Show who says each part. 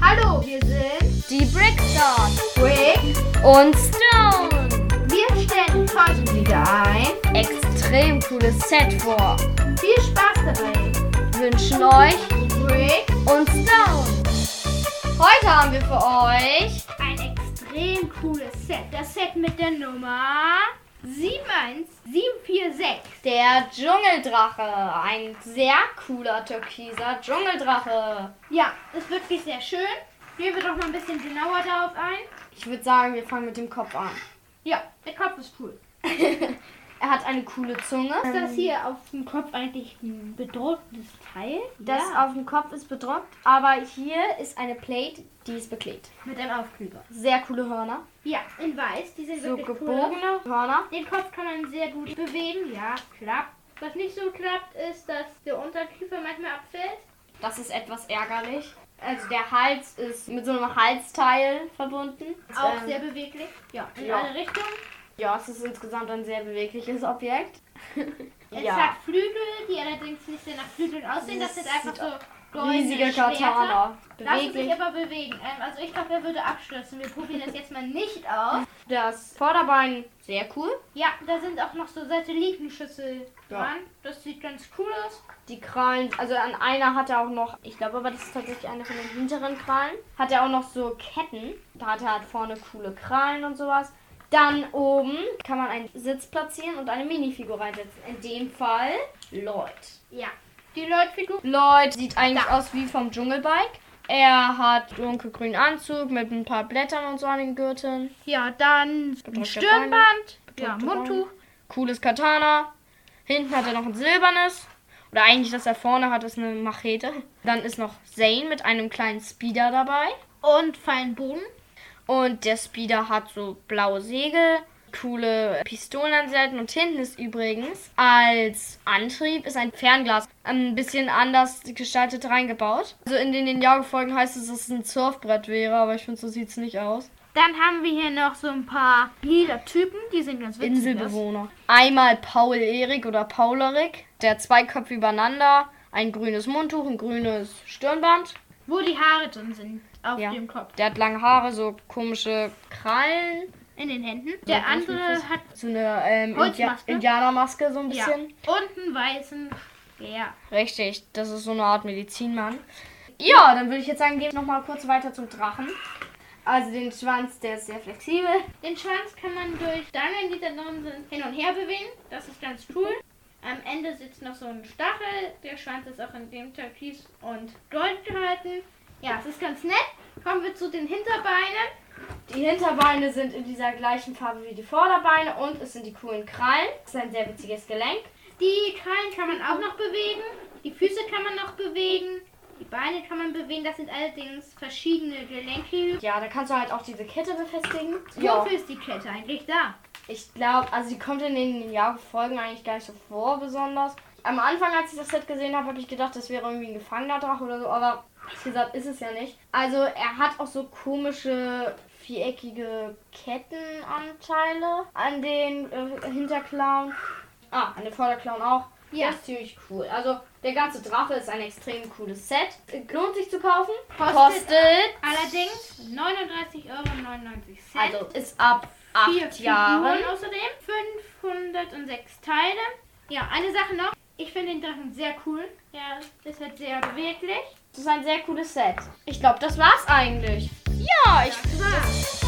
Speaker 1: Hallo, wir sind
Speaker 2: Die Brickstars
Speaker 1: Rick.
Speaker 2: und Stone.
Speaker 1: Wir stellen heute wieder ein.
Speaker 2: Extrem cooles Set vor.
Speaker 1: Viel Spaß dabei.
Speaker 2: Wünschen euch
Speaker 1: Rick,
Speaker 2: und Stone. Heute haben wir für euch
Speaker 1: ein extrem cooles Set. Das Set mit der Nummer 71746.
Speaker 2: der Dschungeldrache. Ein sehr cooler türkiser Dschungeldrache.
Speaker 1: Ja, ist wirklich sehr schön. Gehen wir doch mal ein bisschen genauer darauf ein.
Speaker 2: Ich würde sagen, wir fangen mit dem Kopf an.
Speaker 1: Ja, der Kopf ist cool.
Speaker 2: Er hat eine coole Zunge.
Speaker 1: Ist das hier auf dem Kopf eigentlich ein bedrohtes Teil?
Speaker 2: Das auf dem Kopf ist bedruckt, aber hier ist eine Plate, die ist beklebt.
Speaker 1: mit einem Aufkleber.
Speaker 2: Sehr coole Hörner.
Speaker 1: Ja, in weiß. Die sind
Speaker 2: So
Speaker 1: wirklich cool. genau.
Speaker 2: gebogene Hörner.
Speaker 1: Den Kopf kann man sehr gut bewegen. Ja, klappt. Was nicht so klappt, ist, dass der Unterkiefer manchmal abfällt.
Speaker 2: Das ist etwas ärgerlich. Also der Hals ist mit so einem Halsteil verbunden.
Speaker 1: Auch
Speaker 2: Ähm,
Speaker 1: sehr beweglich. Ja, in
Speaker 2: ja.
Speaker 1: alle Richtungen.
Speaker 2: Ja, es ist insgesamt ein sehr bewegliches Objekt.
Speaker 1: Es hat Flügel, die allerdings nicht sehr nach Flügeln aussehen. Das sind
Speaker 2: Das
Speaker 1: einfach
Speaker 2: sieht
Speaker 1: so goldene
Speaker 2: riesige
Speaker 1: Schwerter.
Speaker 2: Katana.
Speaker 1: Lassen sich
Speaker 2: Beweglich.
Speaker 1: aber bewegen. Ähm, Also ich glaube, er würde abstürzen. Wir probieren das jetzt mal nicht aus.
Speaker 2: Das Vorderbein sehr cool.
Speaker 1: Ja, da sind auch noch so Satellitenschüssel
Speaker 2: Ja.
Speaker 1: dran. Das sieht ganz cool aus.
Speaker 2: Die Krallen, also an einer hat er auch noch, ich glaube aber das ist tatsächlich eine von den hinteren Krallen, hat er auch noch so Ketten. Da hat er halt vorne coole Krallen und sowas. Dann oben kann man einen Sitz platzieren und eine Minifigur reinsetzen. In dem Fall Lloyd.
Speaker 1: Ja. Die Leutfigur.
Speaker 2: Lloyd sieht eigentlich aus wie vom Dschungelbike. Er hat dunkelgrünen Anzug mit ein paar Blättern und so an den Gürteln.
Speaker 1: Ja, dann ein
Speaker 2: Bedruckte
Speaker 1: Stirnband. Ja,
Speaker 2: Bedruckte
Speaker 1: Mundtuch.
Speaker 2: Cooles Katana. Hinten hat er noch ein silbernes. Oder eigentlich, das er vorne hat, ist eine Machete. Dann ist noch Zane mit einem kleinen Speeder dabei.
Speaker 1: Und feinen Bogen.
Speaker 2: Und der Speeder hat so blaue Segel, coole Pistolen an Seiten. Und hinten ist übrigens als Antrieb ist ein Fernglas ähm, ein bisschen anders gestaltet reingebaut. Also in den Ninjago-Folgen heißt es, dass es ein Surfbrett wäre, aber ich finde, so sieht es nicht aus.
Speaker 1: Dann haben wir hier noch so ein paar lila Typen. Die sind ganz witzig. ne?
Speaker 2: Inselbewohner. Einmal Paul Erik oder Paulerik, der zwei Köpfe übereinander, ein grünes Mundtuch, ein grünes Stirnband.
Speaker 1: Wo die Haare drin sind. Auf
Speaker 2: Ja.
Speaker 1: dem Kopf.
Speaker 2: Der hat lange Haare, so komische Krallen.
Speaker 1: In den Händen. Der
Speaker 2: Ja, das ist
Speaker 1: andere hat
Speaker 2: So eine ähm, India
Speaker 1: Holzmaske?
Speaker 2: Indianermaske, so ein
Speaker 1: ja,
Speaker 2: bisschen.
Speaker 1: und einen weißen Bär.
Speaker 2: Richtig, das ist so eine Art Medizinmann. Ja, dann würde ich jetzt sagen, gehen wir nochmal kurz weiter zum Drachen. Also den Schwanz, der ist sehr flexibel.
Speaker 1: Den Schwanz kann man durch Stangen, die da drin sind, hin und her bewegen. Das ist ganz cool. Am Ende sitzt noch so ein Stachel. Der Schwanz ist auch in dem Türkis und Gold gehalten. Ja, es ist ganz nett. Kommen wir zu den Hinterbeinen.
Speaker 2: Die Hinterbeine sind in dieser gleichen Farbe wie die Vorderbeine und es sind die coolen Krallen. Das ist ein sehr witziges Gelenk.
Speaker 1: Die Krallen kann man auch noch bewegen. Die Füße kann man noch bewegen. Die Beine kann man bewegen. Das sind allerdings verschiedene Gelenke.
Speaker 2: Ja, da kannst du halt auch diese Kette befestigen. Ja,
Speaker 1: Wofür ist die Kette eigentlich da?
Speaker 2: ich glaube, also die kommt in den Jahrfolgen eigentlich gar nicht so vor besonders. Am Anfang, als ich das Set gesehen habe, habe ich gedacht, das wäre irgendwie ein gefangener Drache oder so, aber wie gesagt, ist es ja nicht. Also er hat auch so komische viereckige Kettenanteile an den äh, Hinterklauen. Ah, an den Vorderklauen auch.
Speaker 1: Ja.
Speaker 2: Das ist ziemlich cool. Also der ganze Drache ist ein extrem cooles Set. Lohnt sich zu kaufen.
Speaker 1: Kostet-
Speaker 2: Kostet
Speaker 1: Allerdings 39,99 Euro.
Speaker 2: Also ist ab acht Jahren.
Speaker 1: Figuren außerdem. 506 Teile. Ja, eine Sache noch. Ich finde den Drachen sehr cool. Er ist halt sehr beweglich.
Speaker 2: Das ist ein sehr cooles Set. Ich glaube, das war's eigentlich. Ja, ich
Speaker 1: Das war's.